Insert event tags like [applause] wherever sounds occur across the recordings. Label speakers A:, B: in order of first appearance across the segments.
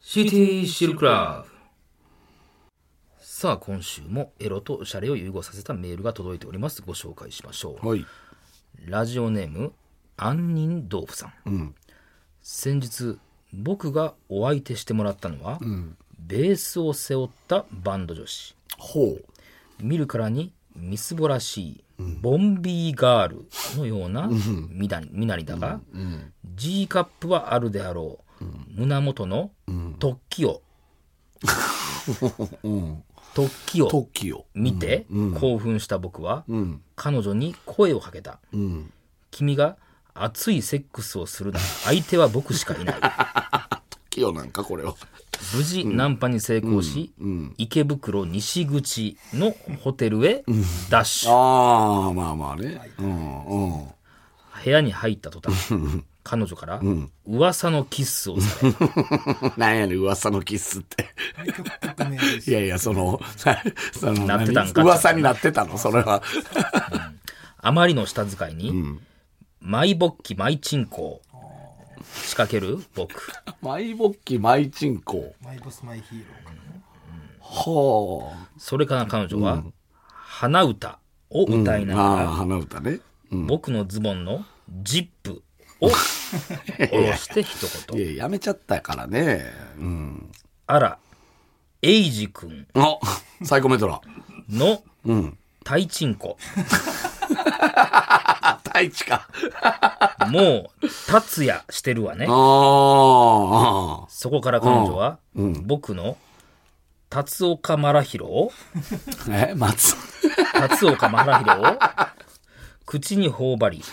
A: シティシルクラブさあ今週もエロとシャレを融合させたメールが届いておりますご紹介しましょう、
B: はい。
A: ラジオネーム杏仁豆腐さん、先日僕がお相手してもらったのは、ベースを背負ったバンド女子
B: ほう。
A: 見るからにみすぼらしい、ボンビーガールのようなみだ身なりだが、G カップはあるであろう、胸元の突起 [laughs] を、突起を
B: トキオ。
A: 見て興奮した僕は、彼女に声をかけた、君が熱いセックスをするなら相手は僕しか
B: [laughs]
A: いない
B: トキオなんか、これは。
A: 無事ナンパに成功し、池袋西口のホテルへダッシュ、
B: ああ、まあまあね。うん、うん。 [laughs]
A: 部屋に入った途端彼女から噂のキスをされ、
B: なんやねん、噂のキス [laughs] って。いやいや、その、 [laughs] さその、
A: なってたんか
B: 何噂になってた [laughs] の、それは。
A: あまりの舌遣いに、マイボッキマイチンコを仕掛ける僕
B: マイボッキ、マイチンコ。
C: マイボスマイヒーローか
B: はあ。
A: それから彼女は、花歌を歌いながら、
B: ああ、鼻歌ね。
A: 僕のズボンのジップを下ろして一
B: い
A: 言。
B: や、やめちゃったからね。 [laughs] うん。
A: あら、エイジ君
B: あ、サイコメトラ。
A: の、タイチンコ。
B: あ、大地か。
A: もう、達也してるわね
B: あ。あ。
A: そこから彼女は、僕の、達岡マラヒロを、
B: え、松。
A: 達岡マラヒロを、口に頬張り、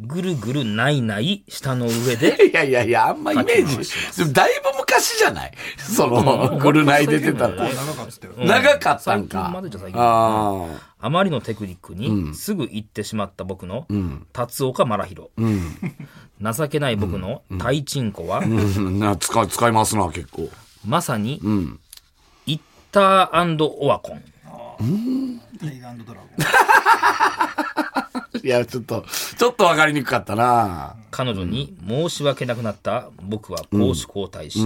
A: ぐるぐるないない舌の上で、
B: [laughs] いやいやいや、あんまイメージ。でもだいぶ昔じゃないその、ぐるない出てたら。
C: 長かったよね
B: 長かったん
A: 最近ま
B: か
A: でじゃ最。近
B: ああ。
A: あまりのテクニックにすぐ行ってしまった僕の、達岡マラヒロ。情けない僕のタイチンコは、
B: うんな使い、使いますな、結構。
A: まさに、イッターオアコン。
C: タイガードラゴ
B: いや、ちょっと、ちょっとわかりにくかったな。 [laughs]
A: 彼女に申し訳なくなった僕は攻守交代し、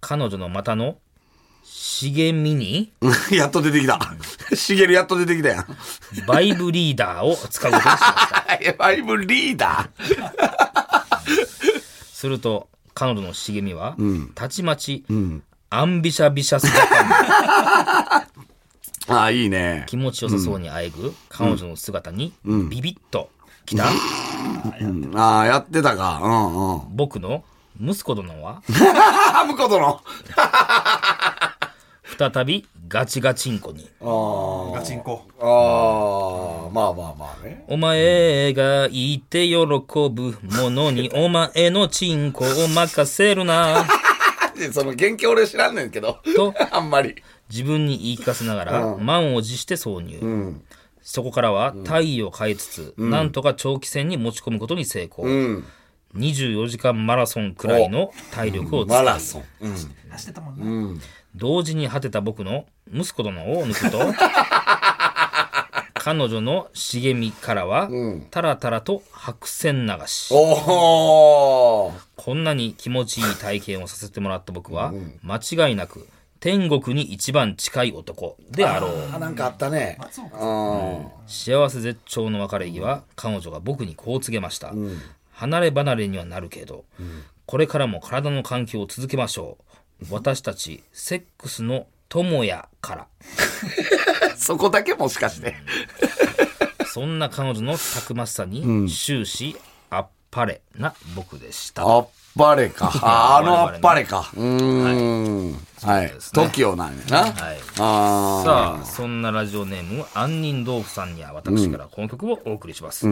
A: 彼女の股の茂みに
B: やっと出てき [laughs] た。しげるやっと出てきたやん。
A: バイブリーダーを使うことにしました。
B: だいぶリーダー。
A: すると、彼女の茂みは、たちまち、アンビシャビシャス型に
B: ああ、いいね。
A: 気持ちよさそうにあえぐ彼女の姿にビビッときた
B: うんああ、やってたか。うんうん。
A: 僕の息子殿は
B: あ、むことの。
A: 再びガチガチンコに
C: ンガチンコ
B: ああ、まあまあまあね。
A: お前がいて喜ぶものにお前のチンコを任せるな
B: で、その元気俺知らんねんけど。
A: と
B: [laughs] あんまり。
A: 自分に言い聞かせながら満を持して挿入、そこからは体位を変えつつ、なんとか長期戦に持ち込むことに成功、24時間マラソンくらいの体力を使
B: マ
A: い
B: ラソン。うん
C: 走ってたもんな
A: 同時に果てた僕の息子殿を抜くと彼女の茂みからは、たらたらと白線流し
B: おお。
A: こんなに気持ちいい体験をさせてもらった僕は、間違いなく天国に一番近い男であろう
B: あ、なんかあったね。う
A: 幸せ絶頂の別れ際彼女が僕にこう告げました、離れ離れにはなるけど、これからも体の環境を続けましょう私たちセックスの友やから
B: ん。そこだけもしかして。
A: そんな彼女のたくましさに終始あっぱれな僕でした。
B: あっぱれか。ああのあ
A: 我々ね
B: っぱれか。うーん。はい。TOKIO なんやな。
A: はい
B: ああ。
A: さあ、そんなラジオネーム、杏仁豆腐さんには私からこの曲をお送りします。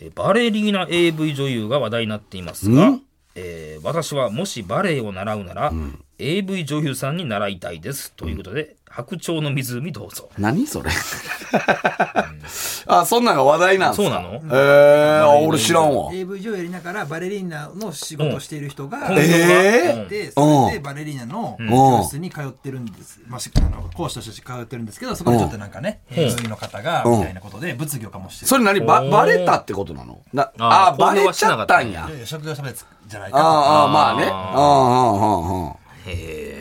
A: えバレリーナ AV 女優が話題になっていますが、えー私はもしバレエを習うなら、AV 女優さんに習いたいです。ということで、白鳥の湖どうぞ。
B: 何それ [laughs] あ、そんなんが話題なんすか
A: そうなの
B: えー、あ俺知らんわ。
C: AV 女優やりながらバレリーナの仕事をしている人が
A: うん
C: い
B: えー
C: て
B: うん
C: それでバレリーナの教室に通ってるんですまあしあの講師として通ってるんですけどそこでちょっとなんかね AV の方がみたいなことで物議をかもして
B: それ何ば、バレたってことなのな
A: あー
B: あーバレちゃったん
A: こんな話しなかった
B: や。
C: る職業差別じゃない
B: あー
C: か
B: あー、まあね。ああー、あーあー、あ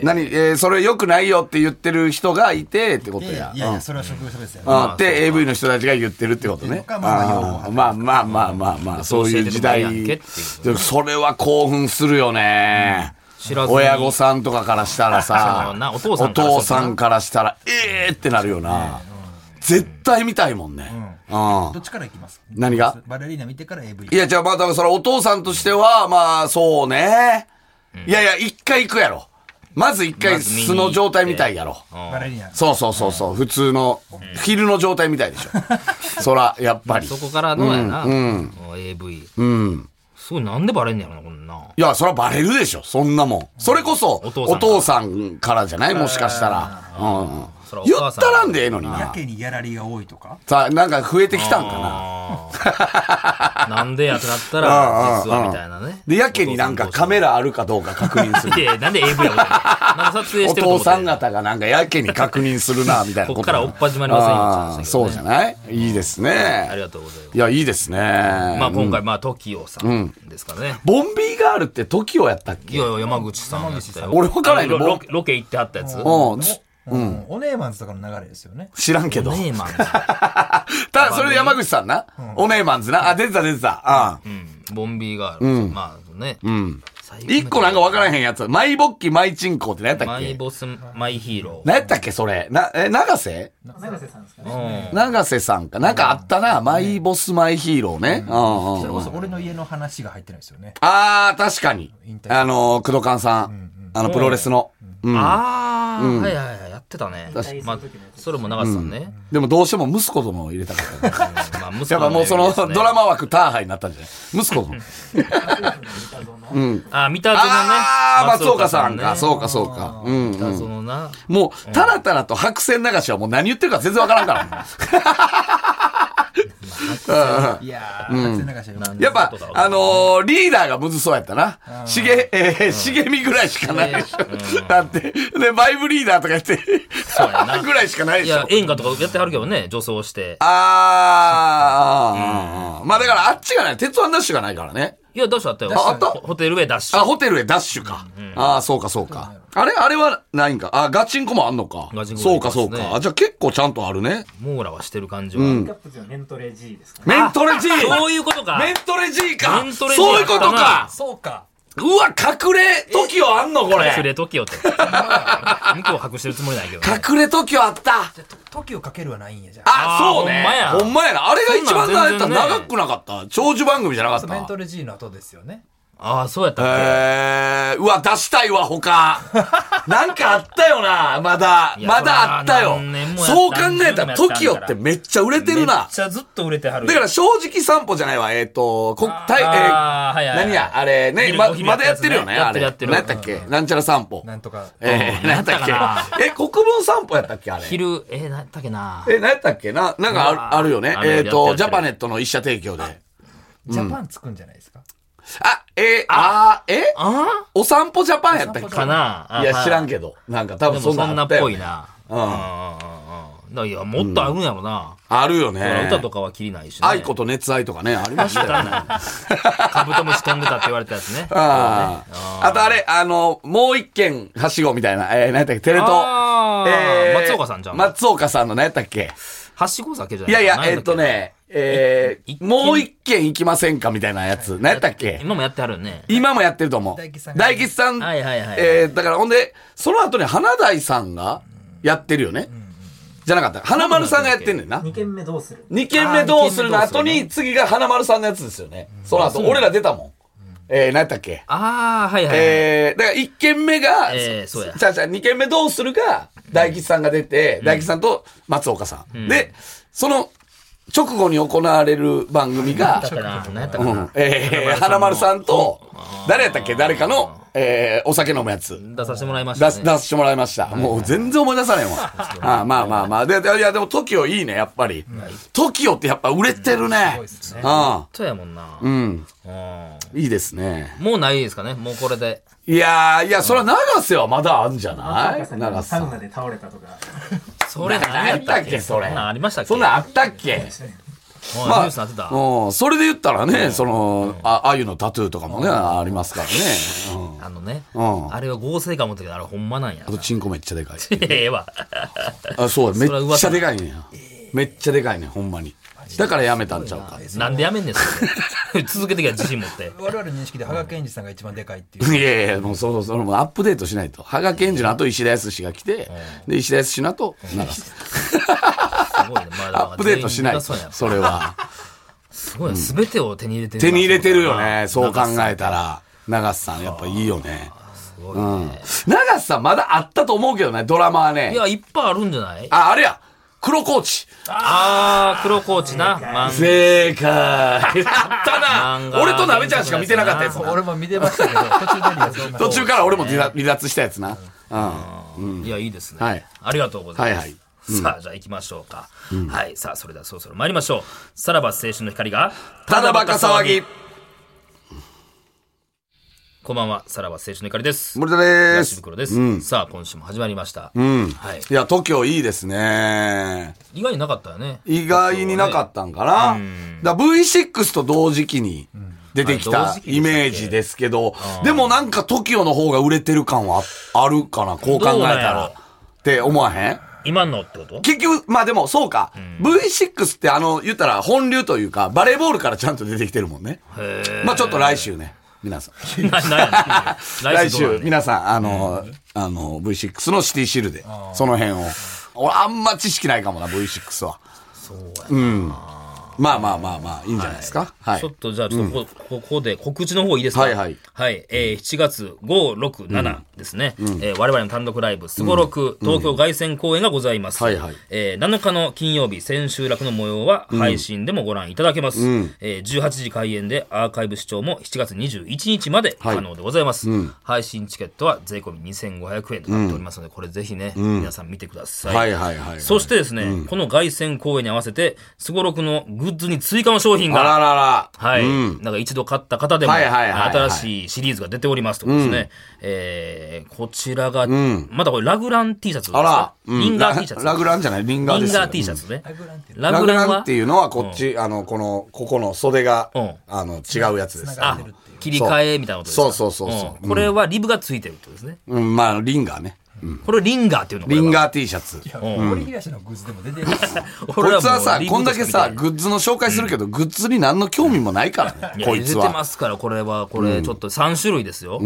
B: 何、えー、それ良くないよって言ってる人がいてってことや。
C: いやいや、それは職業差別や
B: ああ、で、AV の人たちが言ってるってことね。
C: まあまあ要
B: ああまあまあまあまあまあ、そういう時代
A: そういう時代やんけっていう
B: でもそれは興奮するよね。
A: 知らずに
B: 親御さんとかからしたら
A: そう
B: さ
A: やな、お父さんから
B: お父さんからしたら、ええってなるよな。絶対見たいもんね。うん
C: どっちから行きます
B: 何が
C: バレリーナ見てから AV
B: いや、じゃあまあ、だからそれお父さんとしては、まあ、そうね。いやいや、一回行くやろ。まず一
A: ま
B: 回
A: ず見に行
B: 素
A: って
B: の状態みたいやろ。
C: バレリーナ
B: そうそうそうそう、普通の、昼の状態みたいでし
A: [laughs]
B: ょ。そら、やっぱり。
A: そこからのやな、AV。
B: うん。
A: すごい、なんでバレんねやろな、こんな。
B: いや、そらバレるでしょ、そんなもん。それこそ、
A: お
B: お
A: 父さんから
B: 父さんからじゃないもしかしたら。うんうん
A: そら。お
B: 言
A: 母
B: っ
A: さんか
B: た
A: ら
B: らんでええのに
C: や
B: な。
C: けにギャラリーが多いとか
B: さあ、なんか増えてきたんかな。
A: あ
B: [laughs]
A: ーなんでやってなったら、実はみたいなね。
B: で、やけになんかカメラあるかどうか確認
A: [laughs]
B: する。
A: で、なんで AV やろなんか撮影
B: お
A: してると思
B: 父
A: って
B: さん方がなんかやけに確認するな、みたいな
A: こ
B: こ
A: っ
B: と
A: か
B: な
A: ら
B: の。
A: おっぱじまりませんよって話だけど
B: あ
A: ね
B: ーそうじゃないいいですね。
A: ありがとうございます
B: い。や、いいですね。
A: ま
B: ま
A: あ今回、まあ、TOKIO さんですかね。
B: ボンビーガールって TOKIO やったっ
A: い
B: け
A: やいや、山口さんやったよ。
B: 俺わからんよ
A: ロロケロケ行ってはったやつ。
B: うん。つ
C: うんオネーマンズとかの流れですよね
B: 知らんけど。
A: ねえ、まあ。
B: た、それで山口さんな。おねえマンズな。あ、出てた出てた。うん。
A: ボンビーガール。まあね。うん。
B: 一個なんかわからへんやつ。マイボッキ、マイチンコって何やったっ
A: マイ
B: け
A: ボス、マイヒーロー。
B: 何やったっけそれ。な、え、長瀬
A: うん。
B: 長瀬さんか。なんかあったな。マイボス、マイヒーローね。うん
C: それ
B: うん。
C: こそ俺の家の話が入ってないですよね
B: あー、確かに
C: 引。退
B: あのー、工藤勘さん。あの、プロレスの。うん。
A: あー、はいはいはい、やってたね。まあ、それも長瀬さんね。
B: でもどうしても息子とのを入れたかったね。
A: まあ、息子
B: やっぱもうその、ドラマ枠ターハイになったんじゃない息 [laughs] 子との。
A: マ。あ、三田園ね。
B: あー、松岡さんか。
A: う。
B: そうか、そうか。うん。
A: 三田園な。
B: もう、たらたらと白線流しはもう何言ってるか全然わからんから。
C: いやー流しはよかった
B: やっぱ、あのーリーダーがむずそうやったな。しげ、えー、しげみぐらいしかないでしょ。だって、で、バイブリーダーとか言って、
A: うやな
B: [laughs] ぐらいしかないで
A: い
B: しょ
A: や。、演歌とかやってはるけどね、女装して。
B: あー、まあだからあっちがない。鉄腕ダッシュがないからね。
A: いや、ダッシュあったよ。
B: ああった
A: ホホテルへダッシ
B: あ、
A: ュ。
B: ホテルへダッシュか。あー、そうか、そうか。あれ、あれはないんか。あ、ガチンコもあんのか。
A: ガチンコもあ
B: そ
A: り
B: う
A: ま
B: か、
A: すね
B: そうか。あ、じゃあ結構ちゃんとあるね。
A: 網羅はしてる感じは。メ
D: ピックアップ時のメントレ G ですかね。
B: メントレ G!
A: そういうことか。
B: メントレ G か
A: メントレ G
B: そういうこと
A: やったな
B: か
C: そうか
B: うわ、隠れ TOKIO あんのこれ
A: 隠れ
B: [laughs]
A: ときよって。向こうは隠してるつもりないけどね。
B: 隠れ TOKIO あった
C: 時をかけるはないんやじゃあ
B: あ、
A: あー
B: そうね
A: ほんまや。
B: ほんまやな。あれが一番
A: そんなん
B: あれだった
A: 全然ね
B: 長くなかった。長寿番組じゃなかっ
C: メント
B: た。
C: レ G の後ですよね
A: ああ、そうやったっけ。
B: えー、うわ、出したいわ、
A: [laughs]
B: 他。なんかあったよな、まだ。
A: いや
B: まだあった
A: そ
B: よ
A: ら何年。もやった
B: そう考えたら
A: 何年もやった
B: TOKIO ってめっちゃ売れてる
A: めっ
B: な。
A: ちゃずっと売れてはる。
B: だから正直散歩じゃないわ、えっと、こ、たい、え
A: あーはいは
B: ー、
A: いはい
B: 何や、あれね、
A: 昼
B: ま
A: お昼
B: まだやってるよね、
A: や
B: あ
A: って
B: れ。
A: るやってる
B: 何やったっけなんちゃら散歩。
C: なんとか
B: えー、何やった
A: 何やっ
B: っけえ、国分散歩やったっけあれ。
A: 昼、えー、なんやったっけな。
B: え、何やったっけななんかある
A: あー
B: あるよね
A: あ。る
B: えっ
A: や
B: と、
A: って
B: ジ
A: る
B: ャ
A: やってる
B: パネットの一社提供で。あ、
C: ジャパンつくんじゃないですか
B: えー、あー、え
A: あ
B: お散歩ジャパンやったっけ
A: かなあ
B: い
A: は
B: や、
A: い
B: 知らんけど。なんか多
A: あ
B: 分
A: でもそ
B: そんな
A: んな
B: あ
A: っ
B: ったよ
A: ぽ
B: ね
A: い。な。
B: うん
A: うんうんうんうん。だからいや、もっとあるんやろな。
B: あるよ
A: だから
B: ね。
A: 歌とかは切りないしね。
B: 愛子と熱愛とかね、ありましたよね。
A: カブトムシ飛んでたって言われたやつね。
B: [laughs] ああ。あとあれ、あの、もう一軒、はしごみたいな。えー、何やったっけテレ東。
A: あー
B: えー
A: 松岡さんじゃん
B: 松岡さんの何やったっけ
A: はしご酒じゃない
B: いやいや、えーっと。ね、え
A: い一
B: ー、
A: 軒
B: もう一軒行きませんかみたいなやつ。何やったっけ
A: 今もやってはるよね。
B: 今もやってると思う。
C: 大吉さんが
B: 大吉さん。
A: はいはいはい
B: えーだからほんで、その後に花大さんがやってるよね。じゃなかった。花丸さんがやってんねんな。
D: 2軒目どうする
B: 二軒目どうするの後に、次が花丸さんのやつですよね。その後、俺ら出たもん。えー、何やったっけ
A: ああ、はいはいはい。
B: えー、だから一軒目が、
A: えーそうや
B: じゃあじゃあ二軒目どうするが、大吉さんが出て、大吉さんと松岡さん。で、その直後に行われる番組が、
A: だから、何やったか
B: う
A: な。
B: んえー、花丸さんと、誰やったっけ誰かの、えー、お酒飲むやつ。
A: 出させてもらいまし
B: 出
A: た
B: す
A: ね。
B: 出してもらいました。もう全然思い出さないわ。ああまあまあまあ。で、でいや、でも TOKIO いいね、やっぱり。TOKIO ってやっぱ売れてるね。ああ
A: そうやもんな。
B: うん。
A: うん
B: いいですね。
A: もうないですかね、もうこれで。
B: いやー、いや、それは長瀬はまだあんじゃな
D: 赤
B: い
D: さん
B: 長
D: が
B: 瀬さ
D: サウ
B: ん。
D: ナで倒れたとか。
A: それ
B: 何やったっけそれ
A: んなんありましたっけ
B: そんなんあったっけ
A: はいニュースなってた
B: うんそれで言ったらね、その、あ、あゆのタトゥーとかもね、ありますからね。うん
A: あのね、
B: うん
A: あれは合成か思ったけど、あれほんまなんや
B: [laughs] あ。と、チンコめっちゃでかい。
A: ええわ。
B: あ、そう、め
A: それは
B: っち
A: 噂
B: ゃでかいねんや。めっちゃでかいねん、ほんまに。だからやめたんちゃう [laughs] か。
A: なんでやめんね
B: [laughs]
A: ん、それ。続けてきゃ自信持って。
C: [laughs] 我々の認識で羽賀健二さんが一番でかいっていう。
B: いやいや、もうそうそう、もうアップデートしないと。羽賀健二の後、石田康が来て、で、石田康の後、なんか
A: すごいね。まあだから
B: アップデートしない
A: 全員
B: と。
A: そうやん
B: それは。
A: すごいね。すべてを手に入れてる。
B: 手に入れてるよね、そう考
A: なんか
B: えたら。長瀬さん、やっぱいいよね。
A: すごいね。
B: 長瀬さん、まだあったと思うけどね、ドラマはね。
A: いや、いっぱいあるんじゃない
B: あ、あれや黒コーチ
A: あー、黒コーチな。漫画
B: 正
A: [laughs]
B: 解あったな
A: 漫画
B: 俺と鍋ちゃんしか見てなかったやつ
A: そう
B: な
C: 俺も見てましたけど、途中で離脱しました
B: 途中から俺も離脱離脱したやつな。うん。
A: いや、いいですね。
B: はい
A: ありがとうございます。
B: はいはい
A: さあ、じゃあ行きましょうか。はい。さあ、それではそろそろ参りましょう。さらば青春の光が、
B: ただバカ騒ぎ。
A: こんばんは、さらば青春の光です。
B: 森田で
A: 東
B: す。
A: 袋です、さあ、今週も始まりました。はい。
B: いや、TOKIO いいですね。
A: 意外になかったよね。
B: 意外になかったんかな。だから V6 と同時期に出てき
A: うんあ
B: た
A: 同時期でしたっけ
B: イメージですけど、でもなんか TOKIO の方が売れてる感はあるかな、こう考え
A: どうなん
B: たら
A: やろ。
B: って思わへん
A: 今のってこと
B: 結局、まあでもそうか、V6 ってあの、言ったら本流というか、バレーボールからちゃんと出てきてるもんね。まあちょっと来週ね、皆さん。
A: ななんやねん
B: [laughs] 来
A: どう
B: 週、
A: なんねん
B: 皆さん、あの、あの、V6 のシティシールで、その辺を。俺、あんま知識ないかもな、V6 は。うん。まあまあまあまあ、いいんじゃないですか。はい
A: ちょ。っとじゃあ、ちょっとここ,、ここで告知の方いいですか
B: はいはい。
A: えー7月5、6、7ですね。えー我々の単独ライブ、すごろく、東京凱旋公演がございます。
B: はいはい
A: えー7日の金曜日、千秋楽の模様は配信でもご覧いただけます。えー18時開演でアーカイブ視聴も7月21日まで可能でございます。配信チケットは税込み2500円となっておりますので、これぜひね、皆さん見てください。
B: はいはいはい。
A: そしてですね、この凱旋公演に合わせて、すごろくのグッズに追加の商品
B: あ
A: が
B: ららら。
A: はい。なんか一度買った方でも、
B: はいはいはいはい
A: 新しいシリーズが出ておりますとかですね。えー、こちらが、まだこれラグラン T シャツです
B: あら
A: か。リンガー T シャ
B: ラ
A: ツ。
B: ラグランじゃない、リンガー
A: リ
B: で
A: ン
B: すよ。
A: ガー T シャツね。ラ
B: ラ
A: グ
B: グ
A: ラ
B: ラ
A: ン
B: ン
A: は
B: って、いうのはこっち、あの、この、ここの袖が
A: うん、
B: あの、違うやつです。
A: あ、切り替えみたいなことですか
B: そうそうそうそう
A: これはリブがついてるってことですね。
B: うん、まあ、リンガーね。
A: これリンガーっていうの
B: リン
A: ー。
B: ガー T シャツ。
C: 森東のグッズでも出てるんですよ。
A: こ
B: こ
A: れ
B: い
A: は
B: つはさ
A: もう、リブ
B: こんだけさ、
A: とし
B: グッズの紹介するけど、グッズに何の興味もないから
A: か
B: ね、
A: 見て
B: こ
A: ない
B: い
A: や出
B: つ
A: てま
B: は。
A: すから、これは、これ、ちょっと3種類ですよ。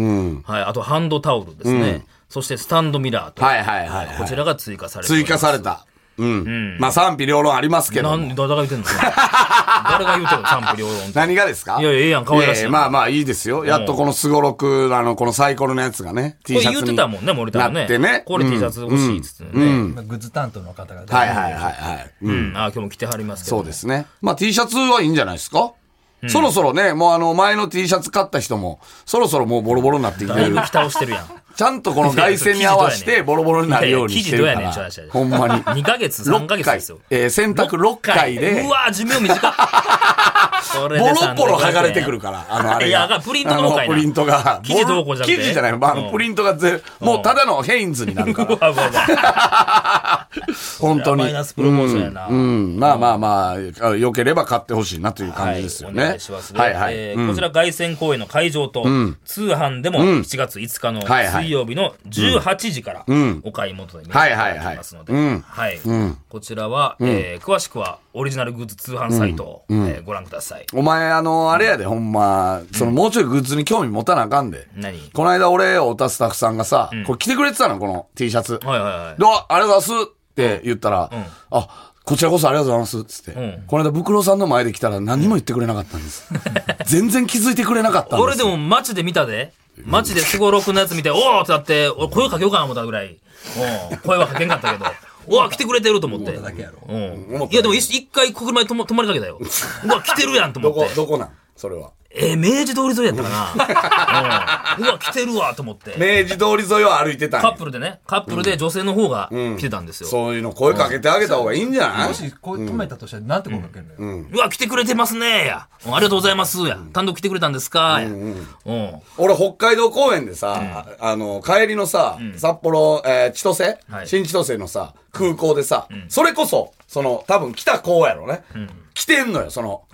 A: はい。あと、ハンドタオルですね。そして、スタンドミラーと。
B: はいはいはい
A: こ
B: は
A: ち
B: い。
A: らが追加されており
B: 追
A: ます
B: 加された。うん。まあ、賛否両論ありますけど
A: な
B: も。
A: ん誰が言ってん
B: [laughs]
A: の誰が言うてんの賛否両論って
B: 何がですか
A: いやいやええやん可愛らしい
B: ええまあまあいいですよ。やっとこのすごろく、あの、このサイコロのやつがね、
A: こ
B: T
A: れ
B: シャ
A: 言
B: ツ
A: っ
B: に
A: てたもんね森田も
B: なっ
A: ね
B: てね
A: これ T シャツ欲しいっつってね、うん
C: グッズ担当の方が出てるんですよ。
B: はいはいはいはい。うん
A: あ今日も着てはりますけど
B: そうですね。まあ T シャツはいいんじゃないですかそろそろね、もうあの、前の T シャツ買った人も、そろそろもうボロボロになってきて
A: だ
B: る
A: いぶ着。倒してるやん
B: ちゃんとこの外線に合わせてボロボロになるようにしてるか
A: いやいや
B: ら
A: 生地どうやねんちょいちょい。
B: ほんまに。
A: 2ヶ月3ヶ
B: 6
A: 月
B: 回
A: ですよ、
B: えー洗濯6回で
A: う、わ寿命
B: [laughs]
A: 短っ
B: ボ
A: ボ
B: ロボロ剥がれてくるから、あの、あれ
A: い
B: が。
A: やあかんプリントの方かい
B: あ
A: な
B: プリントが。
A: 生地どうこうじゃなく
B: 生
A: て
B: 地じゃない。まああ
A: うん
B: の、プリントがぜ、もうただのヘインズになるから。
A: [laughs] わうわうわ
B: 本当に
A: マイ。ナスプロモーションやな、
B: うん、まあまあまあ、あ良ければ買ってほしいなという感じですよね。
A: はい、お願いしますね、
B: はいはい
A: え
B: う
A: ー
B: ん
A: こちら凱旋公演の会場と、通販でも7月5日の
B: はいはい
A: 水曜日の18時からお買い求めいただけますので、
B: はいはいはいうん
A: はいこちらは、えー詳しくはオリジナルグッズ通販サイトを、えーご覧ください。
B: お前、あの、あれやで、ほんま、その、もうちょいグッズに興味持たなあかんで。
A: 何
B: この間、俺、おたスタッフさんがさ、これ着てくれてたの、この T シャツ。
A: はいはいはい
B: どうありがとうございますって言ったら、あ、こちらこそありがとうございますっつって、
A: うん
B: この間、ブクロさんの前で来たら何も言ってくれなかったん [laughs] です。全然気づいてくれなかったんです。
A: 俺でも街で見たで。街ですごろくのやつ見て、おーってなって、俺声かけようかな思ったぐらい。うん声はかけんかったけど。 [laughs] おー来てくれてると思って。
C: だけやろ。
A: うんいやでも一一回車に止ま止まりかけたよ。うわ、来てるやんと思
B: ど
A: って。
B: こ、どこなんそれは。
A: えー明治通り沿いやった [laughs] かな。うんうわ、来てるわと思って。
B: 明治通り沿いを歩いてたん
A: カ
B: や
A: ップルでね、カップルで女性の方が来てたんですよ。
B: そういうの声かけてあげた方がいいんじゃない、
C: もし、こう止めたとしたら、なんて声かけるのよ。
A: うわ、来てくれてますねや。うんありがとうございますや。単独来てくれたんですかや。うん
B: 俺、北海道公園でさ、あの、帰りのさ、札幌、えー千歳、
A: はい
B: 新千歳のさ、空港でさ、それこそ、その、多分来た子やろね。着てんのよ、その、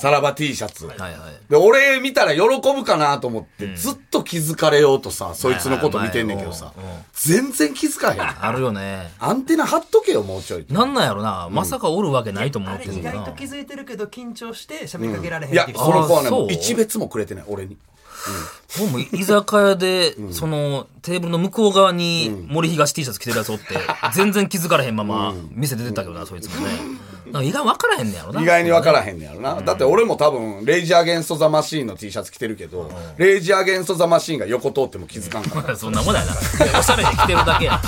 B: さらば T シャツ。
A: はいはい。
B: で、俺見たら喜ぶかなと思って、ずっと気づかれようとさ、そいつのこと見てんねんけどさ
A: うんうん、
B: 全然気づかへん。
A: あるよね。
B: アンテナ張っとけよ、もうちょい。
A: なんなんやろな。まさかおるわけないと思
C: あ
A: って
C: れ
A: る
C: 意
A: けど
C: 外
A: な
C: と。気づいてるけど緊張して喋りかけられへん
B: いや、
C: っていう
B: この子は
A: あーそう
B: ね、一別もくれてない、俺に。
A: 僕も居酒屋で、その、テーブルの向こう側に森東 T シャツ着てるやつおって、全然気づかれへんまま店出てったけどな、そいつもね。なんか意外分からへんねやろな。
B: 意外に分からへんねやろな。だって俺も多分、レイジアゲンストザマシーンの T シャツ着てるけど、レイジアゲンストザマシーンが横通っても気づかんから。
A: [laughs] そんなもんやな。おしゃれに着てるだけや。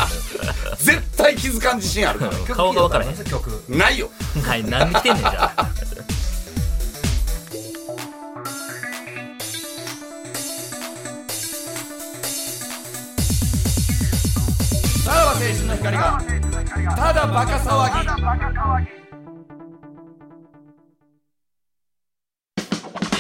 B: 絶対気づかん自信あるから。
A: 顔が分からへん。
C: 曲
B: ないよ
A: はい、なんで来てんねん、じゃあ。
B: さらば青春の光が、ただバカ騒ぎ。
A: [laughs]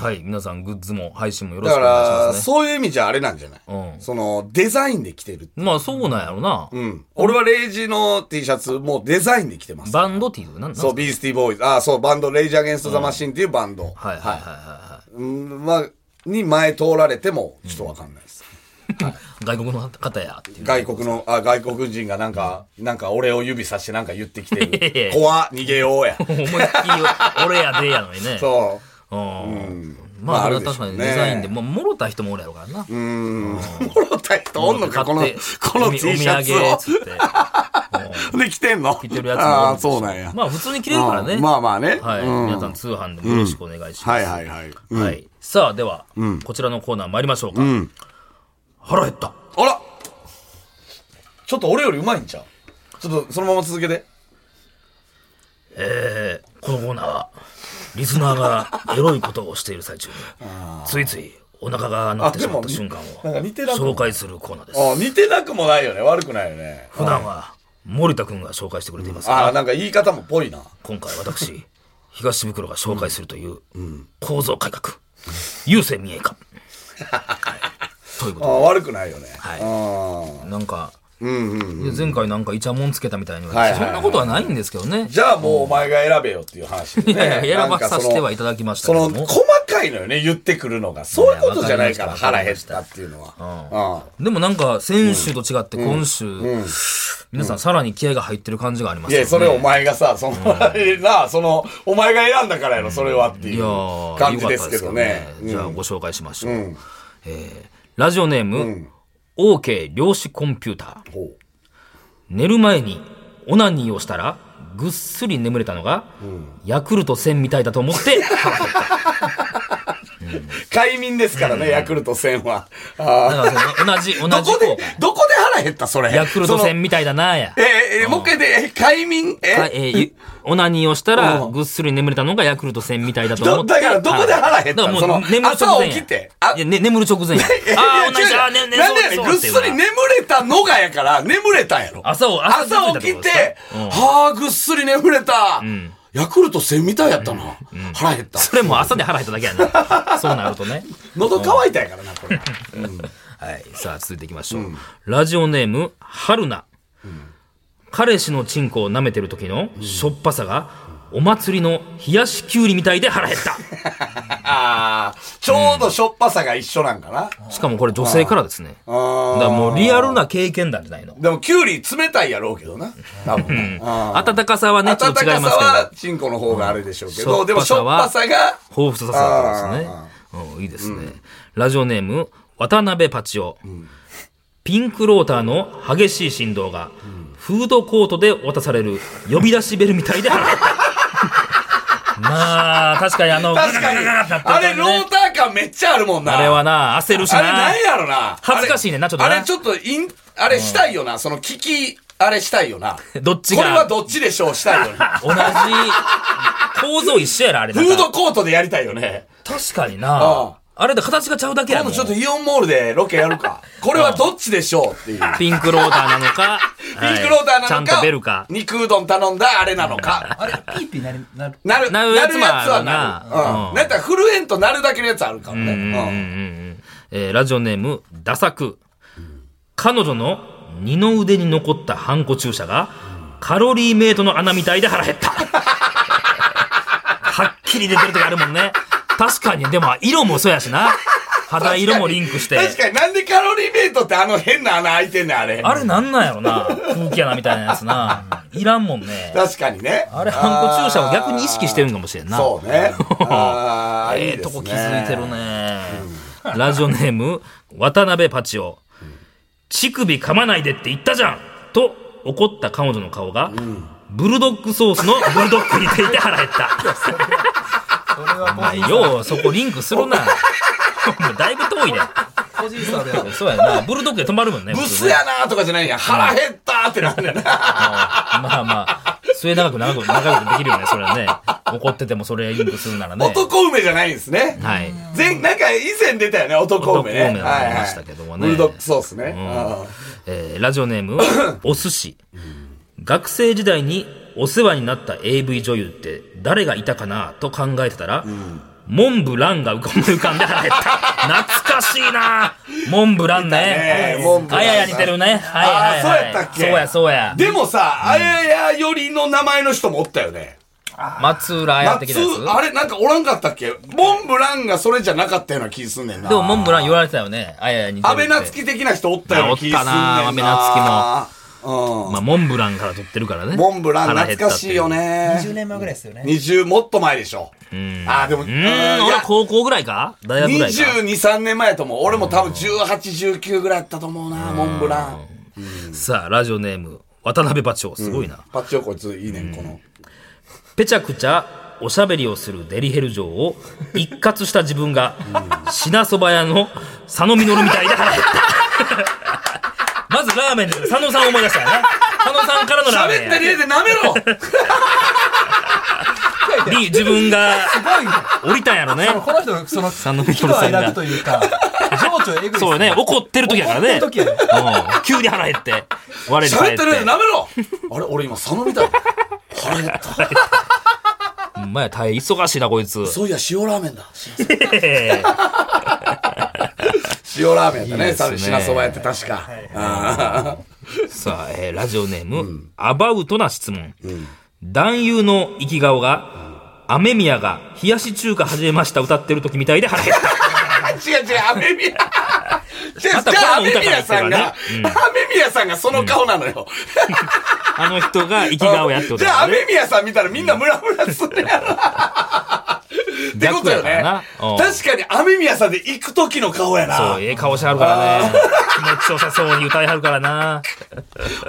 A: はい、皆さん、グッズも配信もよろ
B: だ
A: し
B: か
A: くお
B: ら、
A: 願いしますね。
B: そういう意味じゃあれなんじゃない、
A: うん
B: その、デザインで着てる。
A: まあ、そうなんやろな。
B: うん。俺はレイジの T シャツ、もうデザインで着てます。
A: バンド T とかなんなん
B: そう、ビースティーボーイズ。ああ、そう、バンド、レイジアゲンストザマシンっていうバンド。
A: はいはいはいは
B: うん、まあ、に前通られても、ちょっとわかんないです。
A: い。外国の方やっていう。 [laughs]
B: 外国の、あ、外国人がなんか、なんか俺を指さしてなんか言ってきて
A: [laughs] いやい
B: る。
A: や
B: 怖っ、逃げよう
A: [laughs]
B: や。
A: 思いっきり俺やでやのにね。。
B: そう
A: ん。
B: ま
A: ま
B: あ
A: あ、
B: あ
A: これ
B: る
A: は
B: でしょうね
A: 確かにデザインで、もう、もろた人もおるやろからな。
B: う。うーん。もろた人おんのか、この
A: 買って、
B: この
A: お
B: T
A: み
B: シャツ
A: お土産っつ
B: を。
A: って。
B: で、着てんの
A: 着てるやつも
B: あ
A: お
B: [laughs] あ、
A: るし
B: そうなんや。
A: まあ、普通に着れるからね。
B: うんまあまあね
A: はい。
B: うん
A: 皆さん、通販でもよろしくお願いします。
B: はいはいはい。うん
A: はい。さあ、では、こちらのコーナー参りましょうか。腹減った。
B: あらちょっと俺よりうまいんちゃうちょっとそのまま続けて。
A: えーこのコーナーは、リスナーがエロいことをしている最中に、ついついお腹が鳴ってしまった瞬間を
B: なんか似てなくも
A: 紹介するコーナーです。
B: あ似てなくもないよね。悪くないよね。
A: 普段は森田君が紹介してくれています
B: ああ、
A: が、
B: なんか言い方もぽいな。
A: 今
B: [laughs]
A: 回私、東袋が紹介するという構造改革、郵政民
B: [laughs]
A: 営化。はいというこ
B: あ
A: と
B: 悪くないよね。
A: はい
B: あ
A: で、なんか、
B: ーうんうん。
A: いや前回なんかイチャモンつけたみたいに言わ
B: はい
A: れ
B: は
A: て、
B: い
A: そ
B: はい
A: んなことはないんですけどね。
B: じゃあもうお前が選べよっていう話で
A: いや
B: ね。
A: いや [laughs] 選ば
B: なんか
A: さ
B: そ
A: せ
B: の
A: てはいただきましたけ
B: そ
A: ど
B: の
A: も
B: 細かいのよね、言ってくるのが。そういうことじゃないから、
A: いやわか
B: 腹
A: り
B: 減っ
A: ました
B: たっていうのは。
A: でもなんか先週と違って今週、皆さんさらに気合が入ってる感じがありま
B: うん。い
A: すよ
B: や、
A: ね。
B: それお前がさ、その、 [laughs] なあ、その、お前が選んだからやろ、それはって
A: い
B: い
A: や
B: う
A: ー
B: 感じですけど
A: よかっ
B: ね
A: た。です
B: うん
A: じゃあご紹介しましょう。えーラジオネーム、OK 量子コンピューター。
B: ほう
A: 寝る前にオナニーをしたら、ぐっすり眠れたのが、ヤクルト1000みたいだと
B: [laughs]
A: 思って、
B: 快眠ですからね、ヤクルト1000は。
A: だ
B: あ
A: からその同じ、同
B: ーど
A: じ
B: こ
A: 効
B: で
A: 果。、
B: どこで腹減った、それ。
A: ヤクルト
B: その
A: 1000みたいだなーや。
B: [laughs] えーえーもう一回で、えー快眠、
A: か
B: え
A: えーゆオナニーをしたら、ぐっすり眠れたのがヤクルト1000みたいだと思
B: ど
A: って。
B: だからどこで腹減った
A: はい
B: のそ
A: だから
B: の
A: もう眠る直
B: 朝
A: 前や。
B: 起きて。あ
A: いや、ね、眠る直前や。ああ、オナニーしたあー、ね、ね、
B: なんで
A: そ
B: や
A: う
B: ね
A: そ
B: ん、ぐ
A: う
B: っす
A: ていう
B: り眠れたのがやから、眠れたんやろ。
A: 朝を
B: 朝
A: 朝
B: 起き
A: 気づいたって
B: て
A: ことですかうん、
B: はあ、ぐっすり眠れた。ヤクルト1000みたいやったな。腹減った。
A: それもう朝で腹減っただけやな。 [laughs] そうなるとね。
B: 喉乾いたやからな、これ。
A: はい。さあ、続いていきましょう。ラジオネーム、春菜。彼氏のチンコを舐めてる時のしょっぱさが、お祭りの冷やしきゅうりみたいで腹減った。
B: ああ、ちょうどしょっぱさが一緒なんかな。
A: しかもこれ女性からですね。だ
B: あ
A: からもうリアルな経験談じゃないの。
B: でも、キュウリ冷たいやろうけどな。多分なあー
A: 温かさはね、ち
B: 暖
A: ょっと違
B: か
A: い
B: さ
A: ますけど。
B: は、チンコの方があるでしょうけ
A: う
B: ど、
A: ん
B: でも、しょっぱさが、
A: 彷彿とさせたんですね。うん、いいですね。ラジオネーム、渡辺パチオ。ピンクローターの激しい振動が、フードコートで渡される呼び出しベルみたいで
B: [laughs]
A: まあ、確かにあの、
B: 確か
A: ガ
B: に、
A: ガガガガガガ
B: あれ、ロー
A: って
B: ター感めっちゃあるもんな。
A: あれはな、焦るし
B: あれ
A: な
B: なん。やろな。
A: 恥ずかしいねんな
B: あれ
A: ちょっとな
B: あれちょっと、イン、あれしたいよな。その聞き、あれしたいよな。
A: どっち
B: これは
A: が、
B: どっちでしょうしたい
A: [laughs]
B: よな。
A: 同じ、構造一緒やろ、あれ。
B: フードコートでやりたいよね。
A: 確かに
B: うん
A: な。あれで形がちゃうだけや
B: 今
A: も
B: 度
A: ん [laughs]
B: ちょっとイオンモールでロケやるか。これはどっちでしょうっていう。
A: ピンクローターなのか、
B: [laughs] ピークローターなの
A: ちゃんと
B: か
A: ベルか、
B: 肉うどん頼んだあれなのか。
A: [laughs]
C: あれ、ピーピーなり、なる。
B: なる、な
A: な
B: る
A: る
B: や
A: や
B: つ
A: つも
B: は
A: あ
B: な
A: る
B: る。うん。なんか、フルエンとなるだけのやつあるからね。うん。
A: えーラジオネーム、ダサク。彼女の二の腕に残ったハンコ注射が、カロリーメイトの穴みたいで腹減った。 [laughs] はっきり出てる時あるもんね。確かに、でも色もそうやしな。肌色もリンクして。
B: 確かになんでカロリーメイトってあの変な穴開いてんねん、あれ。
A: あれなんなんやろな。空気穴みたいなやつな。いらんもんね。
B: 確かにね。
A: あれ、ハンコ注射を逆に意識してるんかもしれんな。
B: そう
A: [laughs]
B: ね。あー
A: ええとこ気づいてる。ね。ラジオネーム、渡辺パチオ。乳首噛まないでって言ったじゃんと怒った彼女の顔が、ブルドッグソースのブルドッグに似ていて腹
B: [laughs]
A: 減った。
C: それは
A: お前よう、そこリンクするな。お前だいぶ遠いね。
C: 個人差である。
A: そうやな。ブルドッグで止まるもんね。
B: ブ
A: 普通
B: ス
A: ね
B: やなーとかじゃないんや。腹減ったーってなんねん
A: [laughs]
B: な。
A: まあまあ、末永く長く長くできるよね、それはね。怒っててもそれリンクするならね。
B: 男梅じゃないんですね。
A: はい。
B: 前、なんか以前出たよね、男梅ね。
A: 男梅がありましたけどもね
B: はいはいブルドッグソースね。
A: ん
B: うん
A: えーラジオネー
B: [coughs]
A: ム、お寿司。学生時代にお世話になった AV 女優って誰がいたかなと考えてたら、モンブランが浮かんで浮かんで腹減
B: [laughs]
A: った。懐かしいなモンブラン
B: ね
A: ね。
B: モンブラン
A: あやや似てるね。はいはい、
B: あー
A: はい。
B: そうやったっけ
A: そうやそうや。
B: でもさ、あややよりの名前の人もおったよね。
A: 松浦あや的なや
B: 夏、あ
A: つ。
B: れなんかおらんかったっけモンブランがそれじゃなかったような気すんねんな。
A: でもモンブラン言われてたよね。あやや似てるっ
B: 安
A: て。
B: 倍夏樹的な人おったような気すんねん
A: あおったな安
B: 夏樹も。うん。
A: まあ、モンブランから取ってるからね。
B: モンブラン懐かしいよ
A: 腹減ったって
B: ね。
C: 20年前ぐらいです
B: [laughs]
C: よね。
B: 20、もっと前でしょ。あーでも、うん
A: いう。うーん、俺高校ぐらいか大学ぐらいか。
B: 22、3年前やと思う。俺も多分18、19ぐらいやったと思うな、モンブラン。
A: さあ、ラジオネーム、渡辺バチョウ。すごいな。
B: パッチョこいついいねん、この。
A: ぺちゃくちゃおしゃべりをするデリヘル嬢を [laughs] 一括した自分が、品そば屋の佐野実みたいで腹減った。 [laughs] まずラーメンで佐野さんを思い出したよね。佐野さんからのラーメ
B: 喋
A: ン
B: ってねえで舐めろ
A: や。に自分が
C: すごいね
A: 降りたんやろね。
C: この人、その、
A: 佐野
C: 喜
A: 光
C: 怒
A: さ
C: 哀
A: んが
C: 楽というか、情緒えぐいっす
A: そうよね。怒ってる時やからね。
C: 怒ってる時
A: うん急に腹減って。我
B: [laughs]
A: に
B: 喋
A: 返
B: っ
A: ってて
B: ねえで舐め
A: [laughs]
B: ろあれ俺今、佐野みたい。腹減った。
A: ほんまや、大変忙しいな、こいつ。
B: そういや、塩ラーメンだ。
A: ええ
B: 塩ラーメンだね、
A: いいです
B: さ
A: ね
B: 品そばやって確か。あ
A: さあ、えーラジオネーム、アバウトな質問。男優の生き顔が、雨宮が冷やし中華始めました歌ってる時みたいで腹減った。
B: ー違う違う、アメミヤ。じゃあ、
A: [laughs] また
B: じゃあア
A: こ
B: メ
A: れも歌
B: ミヤさんが、ア
A: か
B: メミヤさんがその顔なのよ。
A: あの人が生き顔やってこと
B: じゃあ、
A: だ
B: ア
A: ね
B: メミヤさん見たらみんなムラムラする
A: [laughs]
B: やろ。ってことよ
A: 逆や
B: ね
A: からな。うん
B: 確かに、アメミヤさんで行く時の顔や
A: そ
B: な
A: う、。ええ顔してはるからね。気持ちよさそうに歌いはるからな。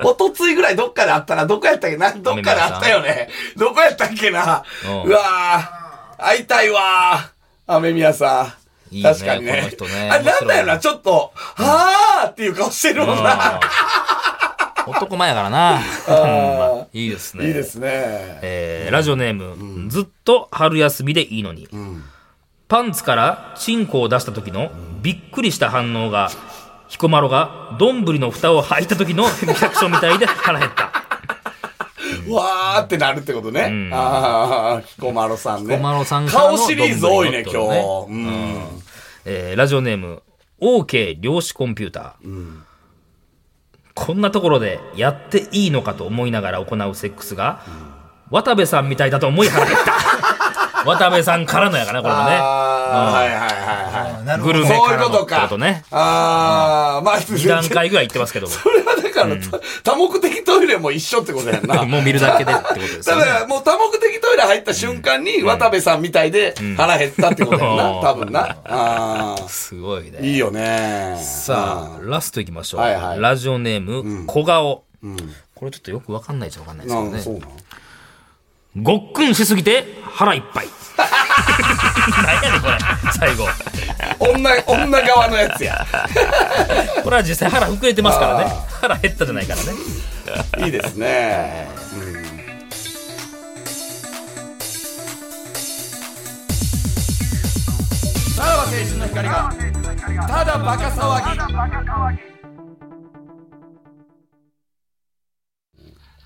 B: おとついぐらいどっかであったな。どこやったっけなどっかであったよね。どこやったっけな
A: うん
B: うわぁ、会いたいわぁ、雨宮さん。
A: いいね
B: 確かにね。
A: この人ね
B: あれなんだよな、
A: 面白い
B: ちょっと、はぁーっていう顔してる [laughs] もんな。
A: うん男前やからな。ほんまいいですね。
B: いいですね。
A: えーラジオネーム、ずっと春休みでいいのに、パンツからチンコを出した時のびっくりした反応が、彦摩呂がどんぶりの蓋を履いた時の [laughs] リアクションみたいで腹減った。
B: わーってなるってことね。ああ、彦摩呂さんね。
A: 彦摩呂さんからの
B: 顔シリーズ多いね、
A: ど
B: 今日。
A: んぶりの
B: う
A: 音
B: ん。
A: えーラジオネーム、OK 量子コンピューター、こんなところでやっていいのかと思いながら行うセックスが、渡部さんみたいだと思い腹減った。渡部さんからのやからな、これもね。
B: ああ、はいはいはいは
C: なるほ
A: グ
C: ど。
A: ルメ
B: そう
A: か
B: いう
A: らの
B: こと
A: って
B: か
A: ことね。
B: い。ああ、まあ、
A: 2
B: [laughs]
A: 段階ぐらい行ってますけども。
B: これはだから、た多目的トイレも一緒ってことやん
A: [laughs]
B: な。
A: もう見るだけでってことです
B: だ
A: よ
B: か [laughs]
A: ね。
B: ら、もう多目的トイレ入った瞬間に、渡部さんみたいで腹減ったってことやんな、
A: うん
B: 多分
A: [laughs]
B: な。ああ、
A: すごい
B: い
A: ね。
B: いよね。
A: さあ、ラストいきましょう。
B: はいはい
A: ラジオネーム、小顔。これちょっとよくわかんないっちゃわかんないです
B: な
A: け
B: ん
A: ど
B: そう
A: ね。
B: なの
A: ごっくんしすぎて腹いっ [laughs] ぱい。何やねんこれ、最後。
B: 女、女側のやつや。
A: これは実際腹膨れてますからね。腹減ったじゃないからね。
B: いいですね。さらば青春の光が、ただバカ騒ぎ。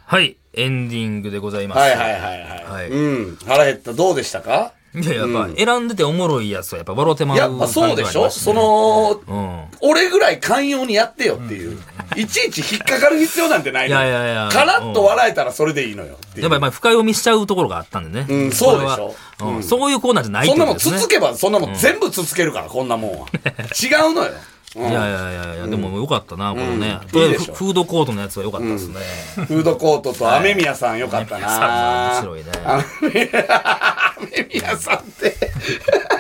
A: はい、エンディングでございます。
B: はいはいはいはい。
A: はい
B: うん。腹減った、どうでしたか
A: いや、やっぱ、選んでておもろいやつは、やっぱ、笑うてまう
B: やっぱそうでしょ、そ
A: 感じは
B: の、
A: ありま
B: 俺ぐらい寛容にやってよっていう。いちいち引っかかる必要なんてないの。
A: いやいやいや
B: カラッと笑えたらそれでいいのよって
A: す
B: い
A: ね。や
B: う
A: っぱり、まあ、深読みしちゃうところがあったんでね。
B: うんそうでしょ
A: これはうんそういうコーナーじゃない
B: そんなも
A: こ
B: ん
A: とで
B: つ
A: す
B: つ
A: ね
B: けば、そんなもん全部つつけるから、こんなも
A: [laughs]
B: んは。違うのよ。うん
A: いやいやいやいや、でもよかったな、このね。
B: うんいいでしょ
A: フードコートのやつはよかったですね。
B: フードコートと雨宮さんよかったな。
A: 雨宮さん
B: 面白いね。雨宮さんって。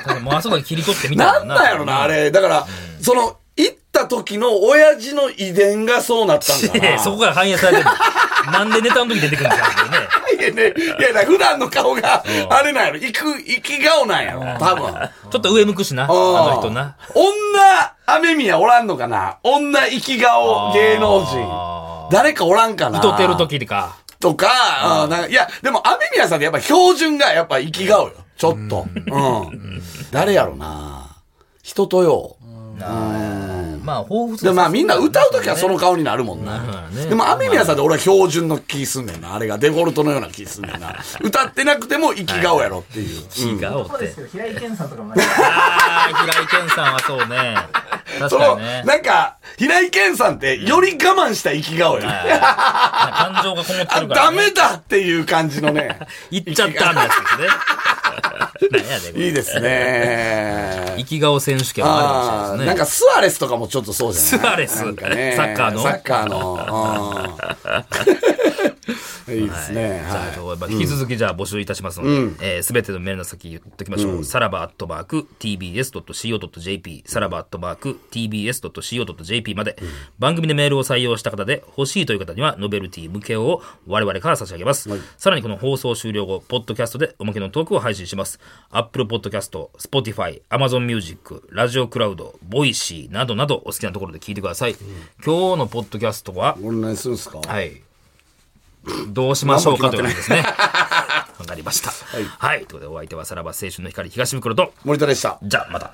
A: ただもうあそこで切り取ってみた
B: な
A: ら
B: んだよな、あ
A: れ。
B: れ。だから、その、行った時の親父の遺伝がそうなったんだ
A: いやいや
B: な。
A: そこから反映されてる。なんでネタの時出てくるんですかね。
B: いやね、いやだ、普段の顔が、あれなんやろ、行く、行き顔なんやろ、多分。あ
A: ちょっと上向くしな、あの人な。。
B: 女、雨宮おらんのかな女生き顔芸能人。誰かおらんかな
A: 太ってる時とか。
B: とか、うんなんかいや、でも雨宮さんってやっぱ標準がやっぱ生き顔よ。ちょっと。うん。誰やろな人とよ。
A: まあ、抱負
B: でまあみんな歌うときはその顔になるもんな。
A: ね
B: でも雨宮さんって俺は標準の気すんねんな。あれがデフォルトのような気すんねんな。歌ってなくても生き顔やろっていう。
A: 違う
D: そう
A: っ
D: です
A: て
D: け。ど、平井堅さんとかもなんか
A: ああ、平井堅さんはそうね。確
B: そ
A: か
B: の、
A: にね。
B: なんか、平井堅さんってより我慢した生き顔よ。
A: 感情がこもって
B: あ、
A: るから、
B: ダメ
A: ね。
B: だっていう感じの [laughs] ね。
A: 行っちゃったんです
B: [laughs]
A: ね。何やねんこ
B: い
A: れ
B: いですね。
A: 生き顔選手権もあ
B: あ
A: るかもしれ
B: ー
A: な
B: ないん
A: ですね。
B: かスアレスとかもちょっとそうじゃない
A: スアレス
B: なんかね
A: サッカーの
B: サッカー
A: [laughs]
B: の。うん [laughs] いいですね。
A: じゃあ
B: はい
A: やっぱ引き続きじゃあ募集いたしますので、すべ、てのメールの先言っときましょう。さらばアットマーク tbs.co.jp、さらばアットマーク tbs.co.jp まで、番組でメールを採用した方で欲しいという方には、ノベルティ向けを我々から差し上げます。さらにこの放送終了後、ポッドキャストでおまけのトークを配信します。Apple Podcast、Spotify、Amazon Music、ラジオクラウド、ボイシーなどなどお好きなところで聞いてください。今日のポッドキャストは、
B: 俺何するんすか
A: はい。どうしましょうかということですね。わかりました。はい。ということで、お相手はさらば青春の光東袋と、
B: 森田でした。
A: じゃあまた。